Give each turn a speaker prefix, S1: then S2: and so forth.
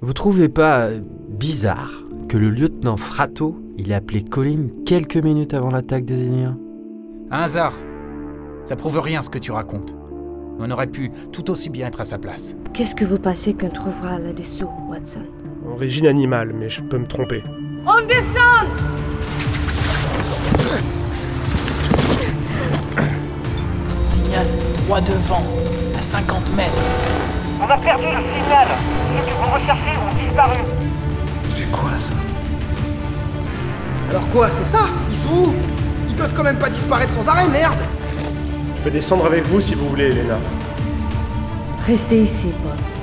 S1: Vous trouvez pas euh, bizarre que le lieutenant Fratto, il a appelé Colin quelques minutes avant l'attaque des aliens
S2: Un hasard. Ça prouve rien ce que tu racontes. On aurait pu tout aussi bien être à sa place.
S3: Qu'est-ce que vous pensez qu'on trouvera là-dessous, Watson
S4: Origine animale, mais je peux me tromper.
S5: On descend
S6: Signal droit devant, à 50 mètres.
S7: On a perdu le signal. Ceux que vous recherchez ont disparu.
S8: C'est quoi ça
S9: Alors quoi, c'est ça Ils sont où Ils peuvent quand même pas disparaître sans arrêt, merde
S4: Je peux descendre avec vous si vous voulez, Elena.
S3: Restez ici, Bob.